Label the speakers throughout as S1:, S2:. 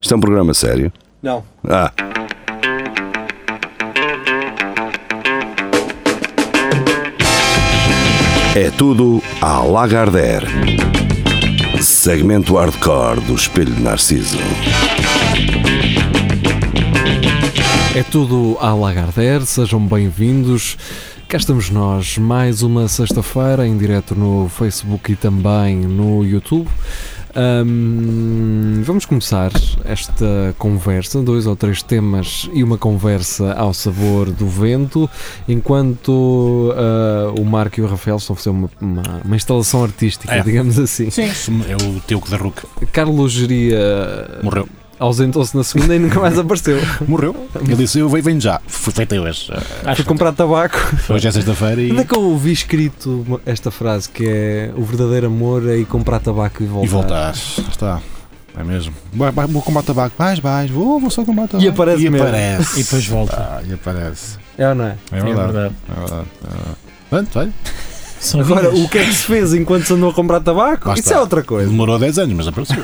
S1: Isto é um programa sério.
S2: Não.
S1: Ah, é tudo à Lagardère. Segmento hardcore do Espelho de Narciso.
S3: É tudo à Lagardère, sejam bem-vindos. Cá estamos nós, mais uma sexta-feira, em direto no Facebook e também no YouTube. Ahm, vamos começar esta conversa, dois ou três temas e uma conversa ao sabor do vento, enquanto ah, o Marco e o Rafael estão a fazer uma, uma- uma instalação artística,
S4: É.
S3: digamos assim.
S4: Sim. É o teu que da Rook.
S3: Carlos Geria
S4: Morreu.
S3: ausentou-se na segunda e nunca mais apareceu.
S4: Morreu. Ele disse: Eu venho, venho já. Foi feito hoje.
S3: Fui comprar tabaco.
S4: Hoje é sexta-feira e,
S3: Onde é que eu ouvi escrito uma- esta frase que é o verdadeiro amor é ir comprar tabaco e voltar?
S4: e voltas. Está. É mesmo. Vai, vai, vou comprar tabaco. Vais, vais. Vou, vou só comprar tabaco.
S3: E aparece mesmo.
S4: aparece.
S5: E depois volta.
S4: Ah, e aparece.
S3: É ou não é?
S4: É
S5: É
S4: verdade.
S5: verdade.
S4: É verdade. É verdade. Pronto, olha.
S5: São
S3: Agora,
S5: vidas.
S3: o que é que se fez enquanto se andou a comprar tabaco?
S4: Lá
S3: Isso
S4: está.
S3: é outra coisa.
S4: Demorou 10 anos, mas apareceu.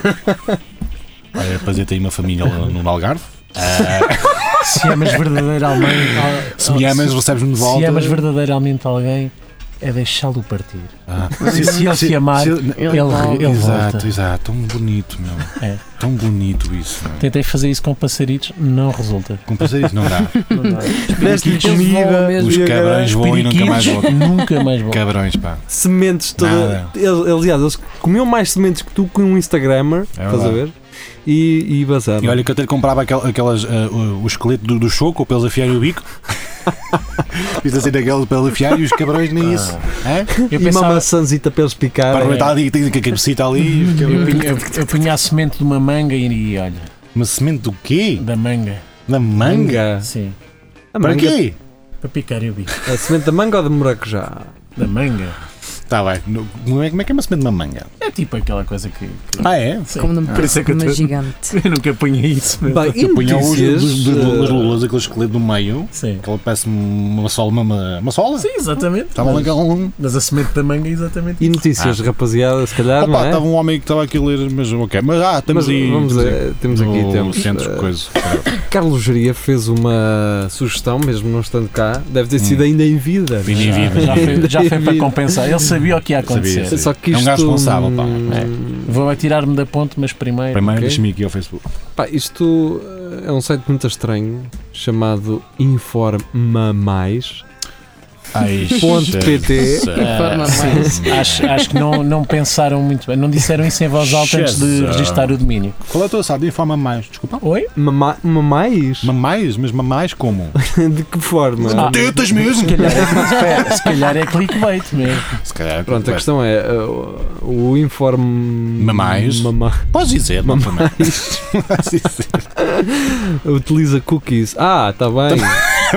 S4: Olha, depois eu tenho uma família lá no Algarve. Ah,
S5: Se amas verdadeiramente, al-
S4: se me amas, recebes-me de
S5: se
S4: volta.
S5: amas verdadeiramente alguém, é deixá-lo partir.
S4: Ah.
S5: Se- se ele te amar, ele- ele
S4: exato,
S5: volta.
S4: exato. Tão bonito, meu.
S5: É.
S4: Tão bonito isso, meu.
S5: Tentei fazer isso com passaritos, não resulta.
S4: Com prazer, isso não dá.
S5: Não dá.
S3: Deste comida,
S5: mesmo.
S4: Os
S3: e a caralho,
S4: cabrões voam e nunca mais voltam.
S5: Periquitos, nunca mais volta.
S4: Cabrões, pá.
S3: sementes toda.
S4: Nada.
S3: Eles, aliás, eles comiam mais sementes que tu com um Instagrammer,
S4: É
S3: estás a ver? E, e basaram.
S4: E olha que eu até comprava aquel- aquelas, ah, o- o esqueleto do, do choco para eles afiarem o bico. Fiz assim daquele para eles afiarem e os cabrões nem isso.
S5: Ah.
S4: Hã?
S5: Eu
S3: e uma
S5: pensava.
S3: maçãzita para eles
S5: é.
S4: Para
S3: picarem.
S4: aproveitar ali, tem que a cabecita ali. os
S5: Eu
S4: cabrões.
S5: punha, eu- eu punha a semente de uma manga e, e olha,
S4: Uma semente do quê?
S5: da manga.
S4: Da manga?
S5: Sim.
S3: A,
S4: Para
S3: manga.
S4: quê?
S5: Para picar o bico.
S3: a semente da manga ou de maracujá?
S5: Da manga.
S4: Tá bem. No- Como é, como é que é uma semente de uma manga?
S5: É tipo aquela coisa que. que-
S4: Ah, é?
S5: Sim.
S6: Como não
S4: Ah.
S6: me
S4: Por
S6: parece
S5: que eu
S6: uma
S5: tô-
S6: gigante.
S5: Eu nunca punha isso. meu.
S3: Bem, e
S4: Eu punha os
S3: notícias,
S4: dos- dos- das
S3: eh,
S4: lulas, aquele esqueleto do meio.
S5: Sim.
S4: Aquela parece uma sola. Uma, uma sola?
S5: Sim, exatamente.
S4: Estava lá
S5: Mas-
S4: um.
S5: Mas a semente da manga é exatamente
S3: E notícias, rapaziada, se calhar, não
S4: Ah. Opa,
S3: é?
S4: estava um homem que estava aqui a ler, mas ok. Mas ah, estamos
S3: Mas
S4: aí.
S3: vamos
S4: estamos aí.
S3: a, temos aqui
S4: no
S3: temos,
S4: centro
S3: eh,
S4: coisa.
S3: Carlos Geria fez uma sugestão, mesmo não estando cá, deve ter sido ainda em vida.
S4: Ainda Hum. em vida,
S5: Já foi, já foi para
S3: Ainda em
S5: compensar. Ele sabia o que ia acontecer.
S4: Sabia,
S3: Só que
S4: É um
S3: isto,
S4: gajo responsável, pá. É.
S3: hum,
S5: Vou atirar-me da ponte, mas primeiro.
S4: Primeiro,
S3: ok.
S4: deixa-me ir aqui ao Facebook.
S3: pá, isto eh, é um site muito estranho chamado informamais.pt.
S4: Ai, Eh,
S6: Informa mais.
S5: Ah, Acho, acho que não, não pensaram muito bem. Não disseram isso em voz alta antes de
S4: Jesus.
S5: registar o domínio.
S4: Qual é a tua sabe? Informa mais. Desculpa.
S5: Oi?
S3: Mama- Mamais?
S4: Mamais? Mas mamais como?
S3: De que forma?
S5: Ah.
S4: Tetas
S5: Se
S4: mesmo!
S5: calhar, espera, se calhar é clickbait mesmo.
S4: Se calhar.
S3: Pronto, a
S4: bem.
S3: questão é, eh, o o informe...
S4: Mamais?
S3: Mama-
S4: Podes dizer, não também. Podes dizer.
S3: Utiliza cookies. Ah, está bem.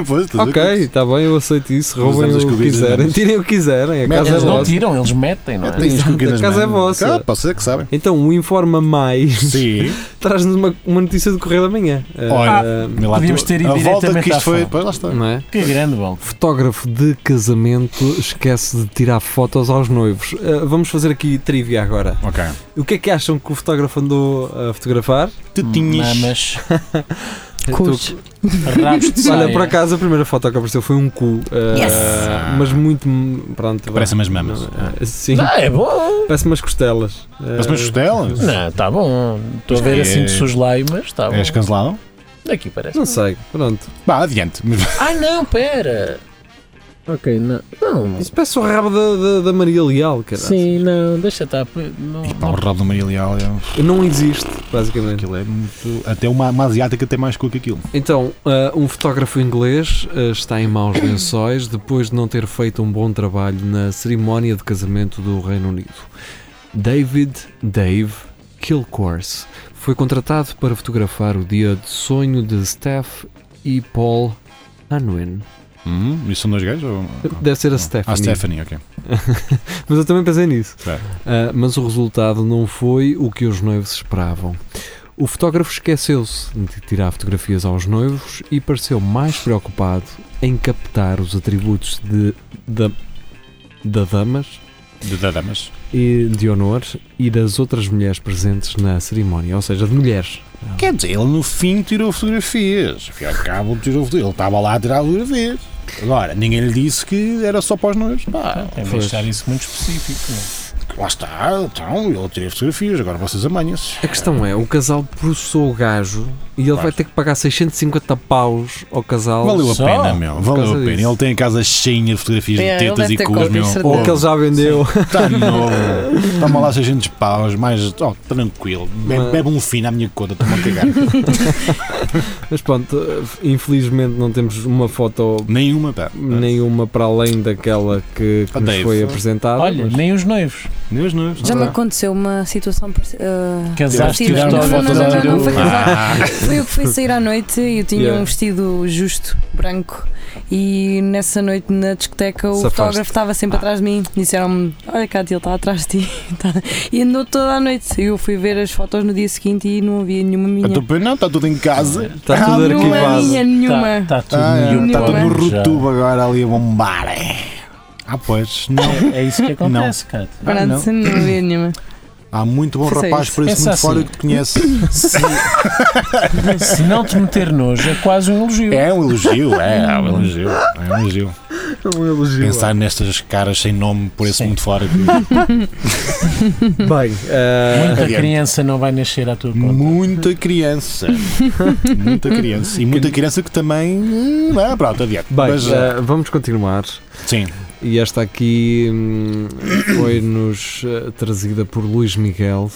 S4: Podes dizer
S3: Ok, está bem, eu aceito isso.
S4: Usamos
S3: Roubem
S4: as
S3: o que
S4: cookies, né?
S3: quiserem,
S4: usamos.
S3: tirem o que quiserem, a casa é
S5: Eles não
S3: vossa.
S5: tiram, eles metem, não
S4: Eu
S5: é?
S4: tenho cookies nas
S3: A casa é
S4: mãos.
S3: vossa.
S4: Ah, posso dizer que sabem.
S3: Então, o Informa Mais
S4: Sim.
S3: traz-nos uma, uma notícia do Correio da Manhã.
S4: Olha.
S3: Ah,
S4: Lá
S5: Podíamos
S4: tu-
S5: ter ido
S4: A volta que
S5: diretamente à
S4: isto foi.
S5: fonte.
S4: Pois lá está.
S3: não é?
S5: Que grande, bom.
S3: Fotógrafo de casamento esquece de tirar fotos aos noivos. Ah, vamos fazer aqui trivia agora.
S4: Ok.
S3: O que é que acham que o fotógrafo andou a fotografar?
S4: Tu tinhas.
S5: Mamas,
S6: Cus.
S5: rabos de saia.
S3: Olha, por acaso a primeira foto que apareceu foi um cu. ah,
S4: Yes!
S3: Mas muito. Pronto,
S4: Parece umas mamas.
S3: Ah, Sim,
S5: Ah, é bom.
S3: parece umas costelas. Ah,
S4: Mas umas costelas.
S5: Não, está bom. Estou a ver
S4: É-
S5: assim de suslai, mas está bom.
S4: És cancelado?
S5: Aqui parece.
S3: Não sei, pronto.
S4: Bah, adiante. Mas
S5: Ah, não, pera. Ok, não. Não.
S3: Isso parece o rabo da, da, da Maria Leal, cara.
S5: Sim, não, deixa estar. Não,
S4: Pá,
S5: não,
S4: o rabo do Maria Leal é-
S3: Não existe, basicamente.
S4: aquilo é muito. Até uma, uma asiática tem mais cu que aquilo.
S3: Então, ah, um fotógrafo inglês ah, está em maus lençóis depois de não ter feito um bom trabalho na cerimónia de casamento do Reino Unido. David Dave Kilcourse foi contratado para fotografar o dia de sonho de Steph e Paul Unwin.
S4: Hum, isso são dois gajos? Ou...
S3: Deve ser a
S4: Ah,
S3: Stephanie.
S4: Stephanie, ok.
S3: Mas eu também pensei nisso.
S4: Certo.
S3: Ah, mas o resultado não foi o que os noivos esperavam. O fotógrafo esqueceu-se de tirar fotografias aos noivos e pareceu mais preocupado em captar os atributos de, da- da damas
S4: De de damas.
S3: e de honor e das outras mulheres presentes na cerimónia, ou seja, de mulheres.
S4: Quer dizer, ele no fim tirou fotografias. Afinal de cabo, tirou fotografias. Ele estava lá a tirar fotografias. Agora, ninguém lhe disse que era só para os nós. Pá,
S5: Tem de
S3: Pois.
S5: deixar isso muito específico. não
S4: lá está, então, ele tirou fotografias, agora vocês amanham-se.
S3: A questão é, o casal processou o gajo e ele vai
S4: Claro.
S3: ter que pagar 650 paus ao casal.
S4: Valeu a
S5: Só
S4: pena, meu. Valeu
S3: causa
S4: a pena.
S3: disso.
S4: Ele tem a casa cheia de fotografias
S6: É,
S4: de
S6: ele
S4: tetas
S6: deve
S4: e
S6: ter
S4: cus, meu.
S6: cópias, certeza.
S3: Ou que ele já vendeu.
S4: Está Tá novo. Toma lá 600 paus, mais. Oh, tranquilo. Bebe,
S3: Mas-
S4: bebe um fino à minha conta, toma a cagar.
S3: Mas pronto, eh, infelizmente não temos uma foto
S4: Nenhuma, pá.
S3: nenhuma para além daquela que, que
S4: Ah,
S3: nos
S4: Dave.
S3: foi apresentada.
S5: Olha,
S3: mas-
S5: nem os noivos.
S4: Deus, não. é?
S2: Já me aconteceu uma situação parecida. ah,
S5: Casaste
S2: parecida.
S5: tiraram
S2: não, não,
S5: foto
S2: não, não,
S5: da-
S2: não, não, foi
S5: do-
S2: casar.
S4: Ah.
S2: Foi eu que fui sair à noite e eu tinha
S3: Yeah.
S2: um vestido justo, branco. E nessa noite na discoteca o
S3: Safaste.
S2: fotógrafo estava sempre atrás de mim. Disseram-me: Olha, Cátia, ele está atrás de ti. Tá- E andou toda a noite. Eu fui ver as fotos no dia seguinte e não havia nenhuma minha.
S4: A tua pena então, não, está tudo em casa.
S3: Está tudo
S4: Ah, não
S2: Nenhuma
S3: arquivado.
S2: minha,
S5: Tá,
S2: nenhuma.
S5: tá tudo
S4: Ah, é,
S5: no
S4: está tudo no
S5: YouTube já.
S4: Rutube agora ali a bombar. é. Ah, pois, não.
S5: É isso que acontece, cara.
S4: Ah, não.
S2: Pronto, não havia nenhuma.
S4: Há muito bom
S2: Isso é
S4: rapaz
S2: isso.
S4: por isso
S5: Pensa
S4: muito fora
S5: assim.
S4: que te conhece.
S5: Se, se não te meter nojo, é quase um elogio.
S4: É um elogio, é, é um elogio. É um elogio. Pensar nestas caras sem nome por isso
S5: Sim.
S4: muito fora.
S3: Bem, eh,
S5: Muita
S4: Adiante.
S5: criança não vai nascer à tua conta.
S4: Muita criança. Muita criança. E muita criança que também. hum, Ah, pronto, adiante.
S3: bem,
S4: Mas, eh,
S3: eh, vamos continuar.
S4: sim.
S3: E esta aqui hum, foi-nos eh, trazida por Luís Miguel.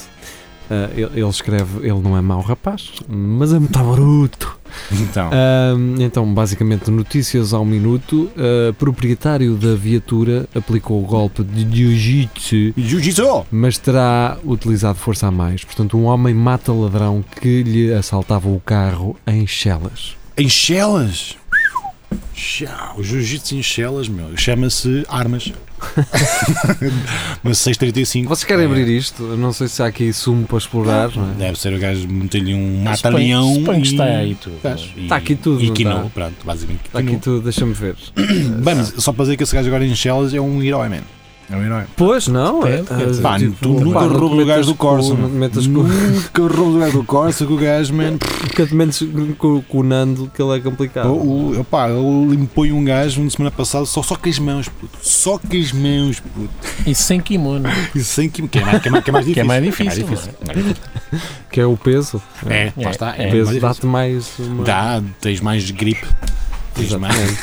S3: Eh, ele, ele escreve, ele não é mau rapaz, mas é muito bruto.
S4: Então.
S3: eh, Ahm, então, basicamente, notícias ao minuto. Eh, proprietário da viatura aplicou o golpe de jiu-jitsu,
S4: Jiu-Jitsu! oh,
S3: mas terá utilizado força a mais. Portanto, um homem mata ladrão que lhe assaltava o carro em Chelas.
S4: Em Chelas! Chá, O Jiu-Jitsu em Chelas, meu. Chama-se Armas. Mas 635.
S3: Vocês querem
S4: É,
S3: abrir isto? Eu não sei se há aqui sumo para explorar, não é?
S4: Deve ser o gajo meter-lhe um
S5: Suponho-
S4: mata-leão.
S5: suponho que
S4: e-
S5: está aí tudo.
S2: Tá.
S4: Gajo. E-
S3: Está aqui tudo,
S4: E
S3: não
S4: quinoa,
S3: está?
S4: pronto, basicamente.
S3: Está aqui
S4: quinoa.
S3: tudo, deixa-me ver.
S4: Bem, mas só para dizer que esse gajo agora em Chelas é um herói, man. É um herói.
S3: Pois não, é.
S5: Pá,
S4: Pá,
S3: tipo,
S4: tu nunca
S3: pá, não te
S4: roubas o
S3: metas
S4: gajo do
S3: com-
S4: Corsa.
S3: não é? te metas com,
S4: Nunca roubas o gajo do Corsa que o gajo, man.
S3: nunca te metas com, com o Nando, que ele é complicado.
S4: Eu, eu, pá, eu limpei um gajo na semana passada só, só com as mãos, puto. Só com as mãos, puto.
S5: E sem kimono.
S4: E sem que, que, é mais, que, é mais, que é mais difícil.
S5: Que é mais difícil,
S3: Que é o peso.
S4: É, lá
S5: É,
S4: está.
S5: é
S3: o
S4: É, mais
S3: peso
S4: difícil.
S3: dá-te mais. Uma...
S4: Dá, tens mais gripe. Tens mais.
S3: Exatamente.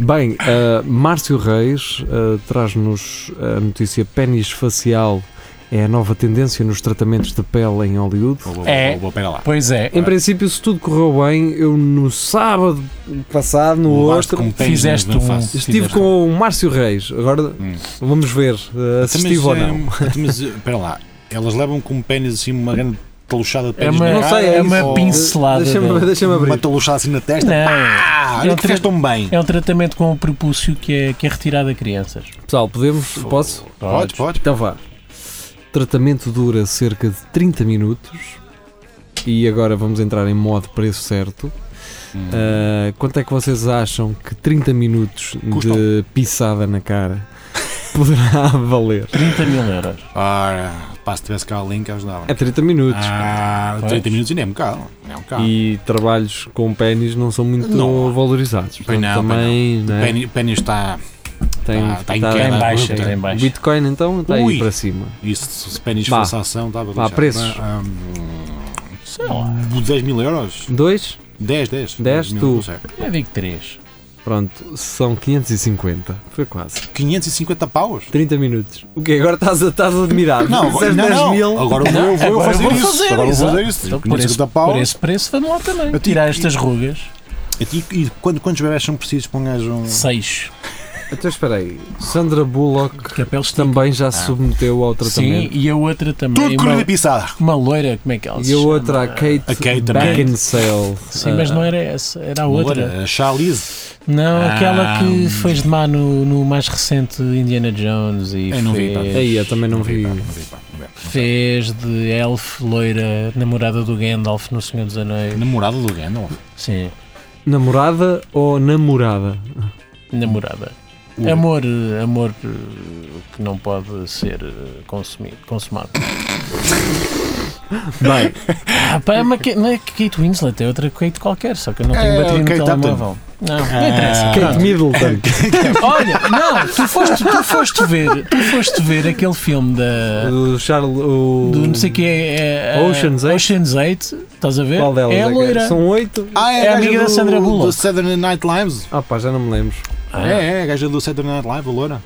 S3: Bem, ah, Márcio Reis ah, traz-nos a notícia pênis facial é a nova tendência nos tratamentos de pele em Hollywood.
S4: Vou, vou,
S5: É.
S4: vou, vou, pera lá.
S5: Pois é,
S3: Em princípio, se tudo correu bem, eu no sábado passado, no
S4: Levaste
S3: outro,
S4: como tens,
S5: fizeste
S4: mas não
S5: um-
S4: faço.
S3: estive
S4: Fizeste um-
S3: com o Márcio Reis. Agora
S4: Hum.
S3: vamos ver ah, se
S4: Então,
S3: estive ou
S5: é
S4: mas,
S5: um
S3: não.
S4: eh, então, Mas, eh, pera lá. Elas levam com um pênis assim uma grande taluchada de
S5: É
S4: pênis
S5: uma-
S4: na
S3: Não sei,
S4: cara,
S5: é uma
S4: ou-
S5: pincelada. né?
S3: Deixa-me
S5: dele.
S3: deixa-me abrir.
S4: Uma taluchada assim na testa.
S5: Não,
S4: Ah,
S5: Eu
S4: olha que
S5: tive-
S4: fizeste tão bem.
S5: é um tratamento com o prepúcio que é, que é retirado a crianças.
S3: Pessoal, podemos? Posso?
S4: Pode, pode.
S3: Então vá. Tratamento dura cerca de 30 minutos. E agora vamos entrar em modo preço certo.
S4: Hum.
S3: Ah, quanto é que vocês acham que 30 minutos
S4: Custam.
S3: de pisada na cara poderá valer?
S5: 30 mil euros.
S4: Ora, pá, se tivesse cá o link, ajudava.
S3: É 30 minutos.
S4: Ah,
S5: Pois.
S4: 30 minutos ainda é um bocado. É um bocado.
S3: E trabalhos com pênis não são muito
S4: Não.
S3: valorizados. Portanto,
S4: não, pois
S3: também né,
S4: Penny- Penny está.
S3: tem,
S4: tá- tá em
S5: Está
S3: tá-
S4: queda.
S5: em
S4: Era
S5: baixo,
S4: bruto,
S5: está
S4: é.
S5: em baixo.
S3: Bitcoin então está aí
S4: Ui.
S3: para cima.
S4: Isso, se Penny
S3: Vá.
S4: fosse a ação, estava
S3: Vá, preços.
S4: Ah, hum, sei lá. 10 mil euros?
S3: Dois?
S4: 10, 10.
S3: 10,
S4: mil,
S3: tu.
S4: não sei.
S5: Eu digo 3.
S3: Pronto, são 550. Foi quase.
S4: 550 paus?
S3: 30 minutos. O quê? Agora estás, a- estás admirado?
S4: Não, agora,
S3: Disseste
S4: não,
S3: 10
S4: não.
S3: mil.
S4: agora vou, eu vou
S5: Agora
S4: fazer
S5: vou
S4: isso.
S5: fazer,
S4: agora vou fazer
S5: exato.
S4: isso.
S5: Então, por,
S4: 550
S5: esse, por
S4: paus.
S5: esse preço, vamos lá também.
S4: Eu
S5: tirar
S4: digo-
S5: estas rugas.
S4: E, e quando- quantos bebés são precisos para um gajo? um-
S5: 6.
S3: Então espera aí. Sandra Bullock
S5: Capel
S3: também já
S4: Ah.
S3: se submeteu ao
S5: Sim,
S3: tratamento.
S5: e a outra também.
S4: Tudo corrido
S5: Uma,
S4: e pisar.
S5: uma loira, como é que ela se
S3: E a
S5: chama?
S3: outra, a Kate,
S4: A Kate também.
S3: Beckinsale.
S5: Sim, mas não é- era essa, era a outra.
S4: Loura, a Charlize.
S5: Não,
S4: Ah.
S5: aquela que fez de má no, no mais recente Indiana Jones e
S3: É
S4: Eu não vi, pá.
S5: fez,
S3: Aí, eu também não vi.
S4: pá, não vi, pá, não vi.
S5: fez de elf loira, namorada do Gandalf no Senhor dos Anéis.
S4: Namorada tá? do Gandalf.
S5: Sim,
S3: Ah, Namorada ou namorada?
S5: namorada.
S4: Ui.
S5: Amor, eh, amor eh, que não pode ser eh, consumido, consumado.
S3: Bem,
S5: Ah, pá, é uma, Kate- não é Kate Winslet, é outra Kate qualquer, só que eu não tenho
S4: É,
S5: bateria
S4: Kate
S5: no
S4: Upton.
S5: telemóvel. Não, não
S4: Ah.
S5: interessa.
S4: Kate
S5: Pronto.
S3: Middleton.
S5: Olha, não, tu foste, tu foste ver, tu foste ver aquele filme
S4: Ah.
S5: da
S3: O Charles. O...
S5: do não sei que é, é
S3: Ocean's Eight?
S5: Ocean's 8, estás a ver?
S3: Qual delas?
S5: é a
S3: que
S5: loira.
S3: São oito?
S4: Ah,
S5: É a
S4: gaja
S5: amiga da
S4: do-
S5: Sandra Bullock.
S4: Do Saturday Night Lives.
S3: Ah, pá, já não me lembro.
S5: Ah.
S4: É, é, a gaja do Saturday Night Live, a loura.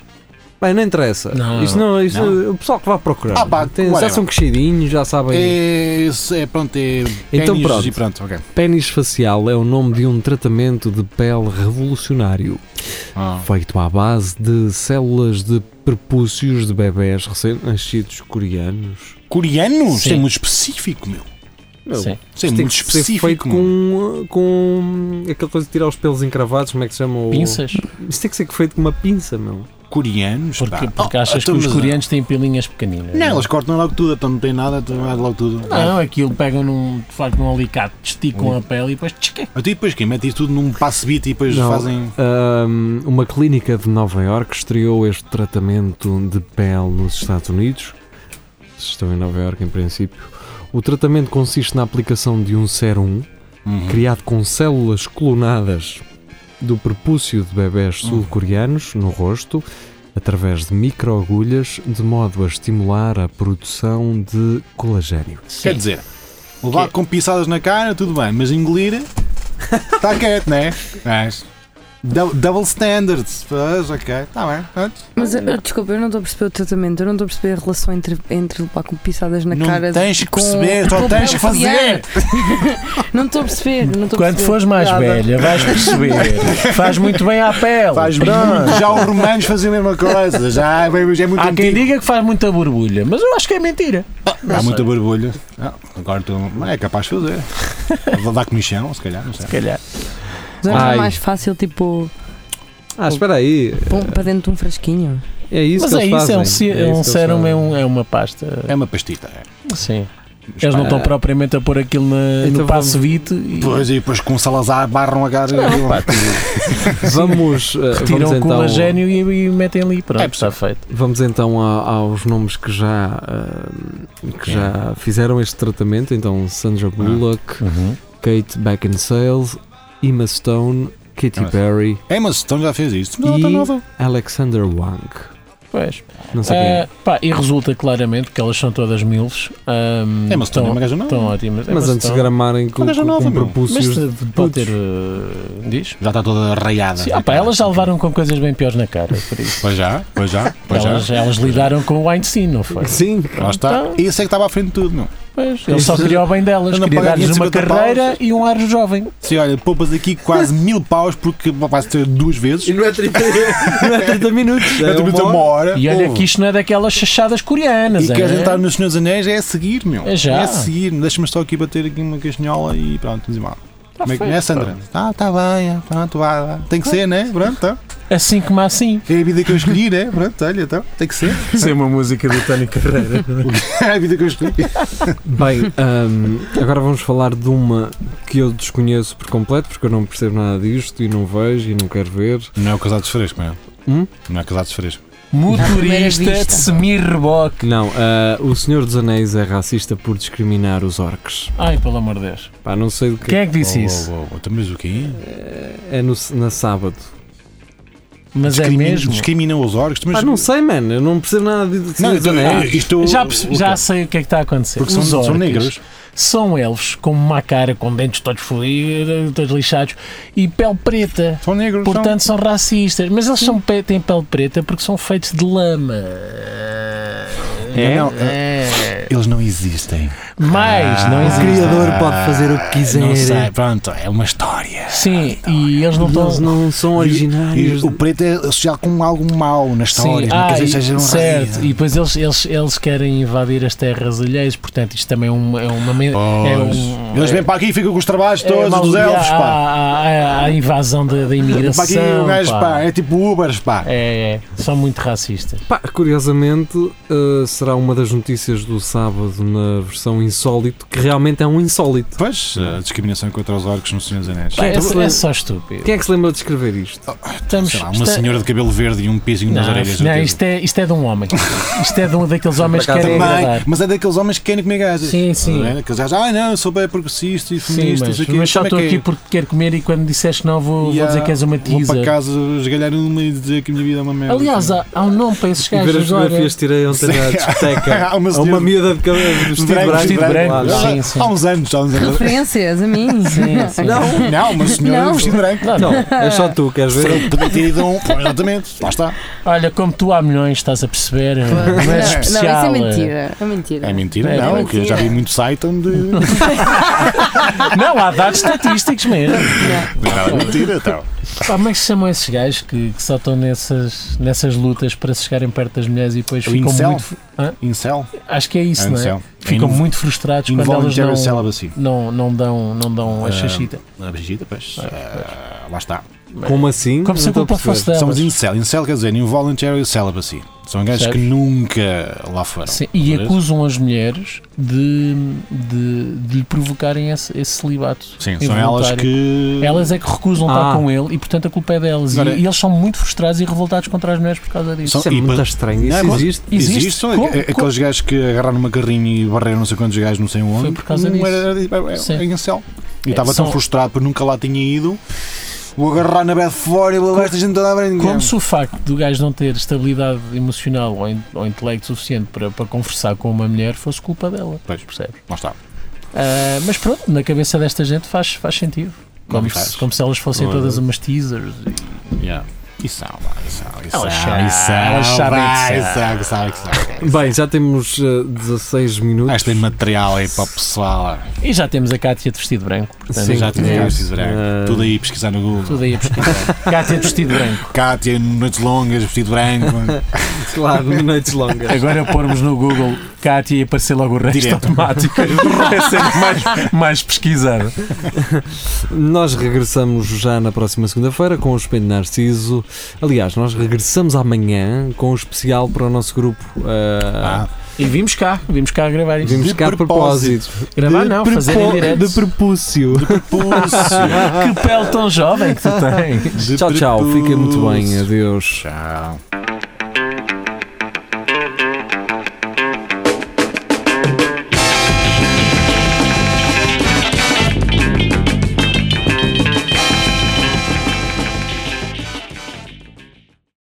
S3: Bem, não interessa.
S5: Não,
S3: Isto não, isto,
S4: não.
S3: O pessoal que vai procurar.
S4: Ah, pá,
S3: Tem- já
S4: whatever.
S3: são crescidinhos, já sabem.
S4: É, isso, é, pronto, é.
S3: Então
S4: pênis
S3: pronto.
S4: E pronto, ok.
S3: Pênis facial é o nome de um tratamento de pele revolucionário,
S4: Ah.
S3: feito à base de células de prepúcios de bebés recém-nascidos coreanos.
S4: Coreanos?
S5: Sim.
S4: Isso é muito específico, meu.
S3: Meu,
S5: Sim.
S4: Isso é
S3: isto tem
S4: muito
S3: que ser feito
S4: específico. meu.
S3: com, uh, com aquela coisa de tirar os pelos encravados, como é que se chama? o-
S5: Pinças?
S3: Isto tem que ser feito com uma pinça, meu.
S4: Coreanos? pá.
S5: Porque, porque
S4: Oh,
S5: achas que
S4: então,
S5: os
S4: mas-
S5: coreanos têm pilinhas pequeninas.
S4: Não, eles cortam logo tudo, então não tem nada, então é logo tudo.
S5: Não, aquilo pegam num, de facto num alicate, esticam a pele e depois tchic, é
S4: Então e depois quem mete isso tudo num passe beat e depois
S3: Não.
S4: fazem.
S3: Ahm, uma clínica de Nova Iorque estreou este tratamento de pele nos Estados Unidos. Se Estão em Nova Iorque, em princípio. O tratamento consiste na aplicação de um sérum
S4: Uhum.
S3: criado com células clonadas do prepúcio de bebés
S5: Uhum.
S3: sul-coreanos no rosto, através de microagulhas, de modo a estimular a produção de colagênio.
S4: Quer dizer, é? levar com pisadas na cara, tudo bem, mas engolir. Está quieto, não é? Mas, dou- double standards. Pois, ok, está bem. pronto.
S5: Tá
S2: Mas eh, desculpa, eu não estou a perceber o tratamento, eu não estou a perceber a relação entre, entre pá, com pisadas na
S4: Não
S2: cara.
S4: tens que
S2: com-
S4: perceber, só
S2: com
S4: tens que
S2: pele
S4: fazer.
S2: coreana. não estou a perceber, não estou
S5: Quando
S2: a perceber.
S5: fores mais
S2: Nada.
S5: velha, vais perceber. Faz muito bem à pele.
S4: Faz
S5: Pronto.
S3: é
S4: muito. Já os romanos faziam a mesma coisa. Já é, bem- já é muito
S5: Há quem
S4: antigo.
S5: diga que faz muita borbulha, mas eu acho que é mentira.
S4: Há muita borbulha. Ah, agora tu não é capaz de fazer. Vou dar comichão, se calhar, não sei.
S5: Calhar.
S2: Mas não é
S3: Ai.
S2: mais fácil, tipo,
S3: Ah, espera aí.
S2: pum, para dentro de um frasquinho.
S3: É isso
S5: mas
S3: que
S5: é
S3: eles
S5: isso, é um,
S3: fazem.
S5: sé- é um
S3: isso que eles
S5: sérum, é,
S3: fazem.
S5: um- é uma pasta.
S4: É uma pastita. é.
S5: Sim. Eles não estão
S3: Ah.
S5: propriamente a pôr aquilo na,
S3: Então
S5: no passo vite e
S4: Pois, e depois com o Salazar barram a cara.
S5: Não, pá,
S3: Vamos, eh,
S5: tiram
S3: vamos
S5: o
S3: então,
S5: colagênio e, e metem ali. Pronto,
S4: É
S5: está feito.
S3: Vamos então a- aos nomes que já, eh, que já fizeram este tratamento. Então, Sandra
S4: Ah.
S3: Bullock, Kate Beckinsale, Emma Stone, Katy
S4: Emma Stone.
S3: Perry,
S4: É, mas então já fez isto. Não,
S3: E-
S4: está nova.
S3: Alexander Wang.
S5: Pois.
S3: Não sei quem é.
S5: Ah, pá, e resulta claramente que elas são todas milfs. ahm,
S4: É, mas então é uma gaja
S5: estão
S4: nova.
S5: ótimas. É,
S3: Mas antes de
S5: estão-
S3: gramarem com,
S4: Mas já
S3: com,
S4: nova,
S3: com
S4: meu.
S5: Mas
S3: propúcios.
S5: de- pode ter. eh, diz?
S4: Já está toda raiada.
S5: Sim, ah, pá, elas já levaram com coisas bem piores na cara, por isso.
S4: Pois já, pois já, pois
S5: Elas,
S4: já.
S5: elas lidaram com o Weinstein, não foi?
S3: Sim,
S4: Lá está.
S5: Então-
S4: Isso é que estava à frente de tudo, não.
S5: Pois, ele só
S4: Isso-
S5: queria o bem delas,
S4: Eu não
S5: queria
S4: pago
S5: dar-lhes uma
S4: 550
S5: carreira e um ar jovem.
S4: Sim, olha, poupas aqui quase mil paus porque vai ser duas vezes.
S3: não é 30, não é 30 minutos.
S4: Eu também tenho uma hora. Oh.
S5: E olha
S4: Pô.
S5: que isto não é daquelas chachadas coreanas,
S4: E
S5: é?
S4: queres entrar nos Senhores Anéis? É a seguir, meu.
S5: É já.
S4: É a seguir. Deixa-me só aqui bater aqui uma castanhola e pronto, vamos embora. Como é que
S5: Tá feito,
S4: é, Sandra? Ah, tá bem, é, pronto, vá, vá. Tem que ser, né? Pronto, tá.
S5: Assim como assim.
S4: É a vida que eu escolhi, né? Pronto, olha, então, tem que ser.
S7: Isso é uma música do Tony Carreira.
S4: É a vida que eu escolhi.
S3: Bem, ahm, agora vamos falar de uma que eu desconheço por completo, porque eu não percebo nada disto e não vejo e não quero ver.
S4: Não é o casados fresco, meu.
S3: Hum?
S4: Não é casados fresco.
S2: primeira
S5: Motorista
S2: vista.
S5: de semi-reboque.
S3: Não, ah, o Senhor dos Anéis é racista por discriminar os orcs.
S5: Ai, pelo amor de Deus.
S3: Pá, não sei do que.
S5: Quem é que disse
S4: Oh,
S5: isso?
S4: então, Mas o quê?
S3: É no, na sábado.
S5: Mas é
S4: Discrimin-
S5: mesmo. Ah,
S4: Discriminam os órgãos. Mas...
S3: Pá, não sei, mano, eu não percebo nada de- de
S4: Não,
S3: Senhor dos
S4: então,
S3: Anéis.
S4: isto
S5: Já, perce- já sei o que é que está a acontecer.
S4: Porque são,
S5: Os
S4: são
S5: orques
S4: negros.
S5: São elfos com uma cara, com dentes todos fodidos, todos lixados e pele preta.
S4: São negros. são.
S5: Portanto, são racistas. Mas eles são pe- têm pele preta porque são feitos de lama.
S4: É? Não,
S5: É.
S4: Eles não existem.
S5: Mais, não
S4: Ah.
S3: O
S5: existe.
S3: Criador pode fazer o que quiser.
S4: Não sei, pronto, é uma história.
S5: Sim, e eles não estão.
S3: Eles não são
S4: E
S3: originários.
S4: o preto é associado com algo mau na história,
S5: Sim,
S4: não
S5: ah,
S4: quer dizer
S5: e-
S4: que seja um
S5: certo.
S4: racista.
S5: E depois eles, eles, eles querem invadir as terras alheias, portanto, isto também é uma. É uma me- é um-
S4: Eles vêm para aqui e ficam com os trabalhos
S5: é
S4: todos
S5: uma
S4: dos
S5: alegria
S4: elfos, pá.
S5: à- à- à invasão da, da
S4: Vem Para
S5: imigração.
S4: aqui o gajo,
S5: pá.
S4: pá, é tipo Ubers, pá.
S5: É, é, são muito racistas.
S3: Pá, curiosamente, ah, será uma das notícias do sábado na versão insólito, que realmente é um insólito.
S4: Pois, a discriminação contra os orcos nos Senhores dos Anéis.
S5: Pá, é,
S3: Então,
S5: é só estúpido.
S3: Quem é que se lembra de escrever isto?
S5: Ah, Estamos,
S4: Sei lá, uma
S5: está-
S4: senhora de cabelo verde e um piercing nas
S5: Não,
S4: orelhas.
S5: não,
S4: eu digo.
S5: isto, é, isto é de um homem. Isto é de um daqueles homens que
S7: Por acaso
S5: querem
S4: Também,
S5: agradar.
S4: mas é daqueles homens que querem comer gajas.
S5: Sim, sim.
S4: Não é? Aqueles gajos, ah, não, eu sou bem progressista e
S5: Sim,
S4: feminista.
S5: mas,
S4: isso aqui,
S5: mas só
S4: como é
S5: estou
S4: que é?
S5: aqui porque quero comer e quando disseste não vou, vou
S4: Yeah,
S5: dizer que és uma
S4: Vou para
S5: teaser.
S4: casa esgalhar uma e dizer que a minha vida é uma merda.
S5: Aliás, há, há um nome para esses
S3: E ver as
S5: gajos agora.
S3: fotografias que tirei ontem na
S4: Sim.
S3: discoteca.
S4: Há é uma
S3: Há uma
S4: senhora-
S3: miúda de cabelo de vestido
S4: Branco,
S3: branco.
S4: vestido
S5: branco.
S3: claro.
S5: Sim,
S4: Há-
S5: sim.
S4: Há uns anos, há uns anos.
S2: Referências a mim.
S5: Sim, sim.
S3: Não,
S4: Não, uma senhora
S2: Não.
S4: de vestido branco.
S5: Não,
S3: não,
S5: não.
S3: é só tu, queres ver?
S4: Serão demitido. Exatamente, lá está.
S5: Olha, como tu há milhões, estás a perceber.
S2: Claro.
S5: Não és especial.
S2: Não, isso é mentira. É mentira.
S4: É mentira,
S5: É
S4: não,
S2: mentira.
S4: que eu já vi muito site onde. Não
S5: Não, há dados estatísticos mesmo.
S4: é mentira, então.
S5: Pá, como é que se chamam esses gajos que, que só estão nessas, nessas lutas para se chegarem perto das mulheres e depois
S4: É O
S5: ficam
S4: incel?
S5: muito. fru- Hã?
S4: Incel.
S5: Acho que é isso,
S4: É
S5: não é?
S4: incel.
S5: Ficam
S4: Invo-
S5: muito frustrados quando elas
S4: Involuntary É.
S5: não,
S4: celibacy.
S5: não, não dão, não dão a chachita.
S4: A Brigida, pois.
S5: é.
S4: eh, lá está.
S3: Como assim?
S5: Como se a
S3: Não estou
S5: culpa
S3: perceber.
S5: fosse delas.
S4: Somos incel. Incel quer dizer involuntary celibacy. São gajos que
S5: Percebes?
S4: nunca lá foram.
S5: Sim, e
S4: Parece.
S5: acusam as mulheres de, de, de lhe provocarem esse, esse celibato.
S4: Sim, são elas
S5: involuntário.
S4: que.
S5: Elas é que recusam
S3: Ah.
S5: estar com ele e, portanto, a culpa é delas. E-
S4: Agora-
S5: e, eles são muito frustrados e revoltados contra as mulheres por causa disso.
S4: São-
S3: Isso é
S4: E
S3: muito
S4: pa-
S3: estranho.
S4: Não,
S3: Isso
S4: mas-
S3: existe?
S5: Existe?
S4: Existem é,
S5: Co-
S4: aqu-
S5: co-
S4: aqueles gajos que agarraram uma carrinha e barreram não sei quantos gajos, não sei onde.
S5: Foi por causa
S4: não
S5: disso.
S4: Era, é,
S5: Sim.
S4: é, em céu.
S5: É,
S4: E estava
S5: são-
S4: tão frustrado por nunca lá tinha ido. Vou agarrar na Bedford e vou levar esta gente toda é. a ver ninguém.
S5: Como se o facto do gajo não ter estabilidade emocional ou, in- ou intelecto suficiente para, para conversar com uma mulher fosse culpa dela.
S4: Pois.
S5: Percebes?
S4: Lá está.
S5: Ah, mas pronto, na cabeça desta gente faz, faz sentido.
S4: Não
S5: Como,
S4: faz.
S5: se, como se elas fossem
S4: Não é?
S5: todas umas teasers.
S4: Yeah. E são, lá, e são, e são,
S5: Elas
S4: e
S5: sabem, elas
S4: são,
S5: sabem que
S4: vai,
S5: são.
S4: sabe, sabe que são.
S3: Bem, já temos eh, 16 minutos.
S4: Mas Ah, tem material aí para o pessoal.
S5: E já temos a Cátia de vestido branco. Portanto,
S3: Sim,
S4: já tive
S5: é,
S4: é,
S3: isso.
S4: branco.
S3: Ah.
S4: Tudo aí pesquisar no Google.
S5: Tudo aí a pesquisar. Cátia de vestido branco.
S4: Cátia, noites longas, vestido branco.
S3: Claro, noites longas.
S5: Agora pormos no Google Cátia e aparecer logo o resto
S4: Direto.
S5: automático. É sempre mais, mais pesquisado.
S3: Nós regressamos já na próxima segunda-feira com o Espelho Narciso. Aliás, nós regressamos amanhã com um especial para o nosso grupo. ah,
S4: Ah,
S5: E vimos cá, vimos cá gravar isto.
S3: vimos
S4: de
S3: cá a propósito.
S5: Gravar
S3: De
S5: não, fazer em
S3: propo-
S5: direto.
S3: De propúcio.
S4: pulso.
S5: Que pele tão jovem que tu tens.
S4: De
S3: Tchau, tchau. Fica muito
S4: prepúcio.
S3: bem. Adeus.
S4: Tchau.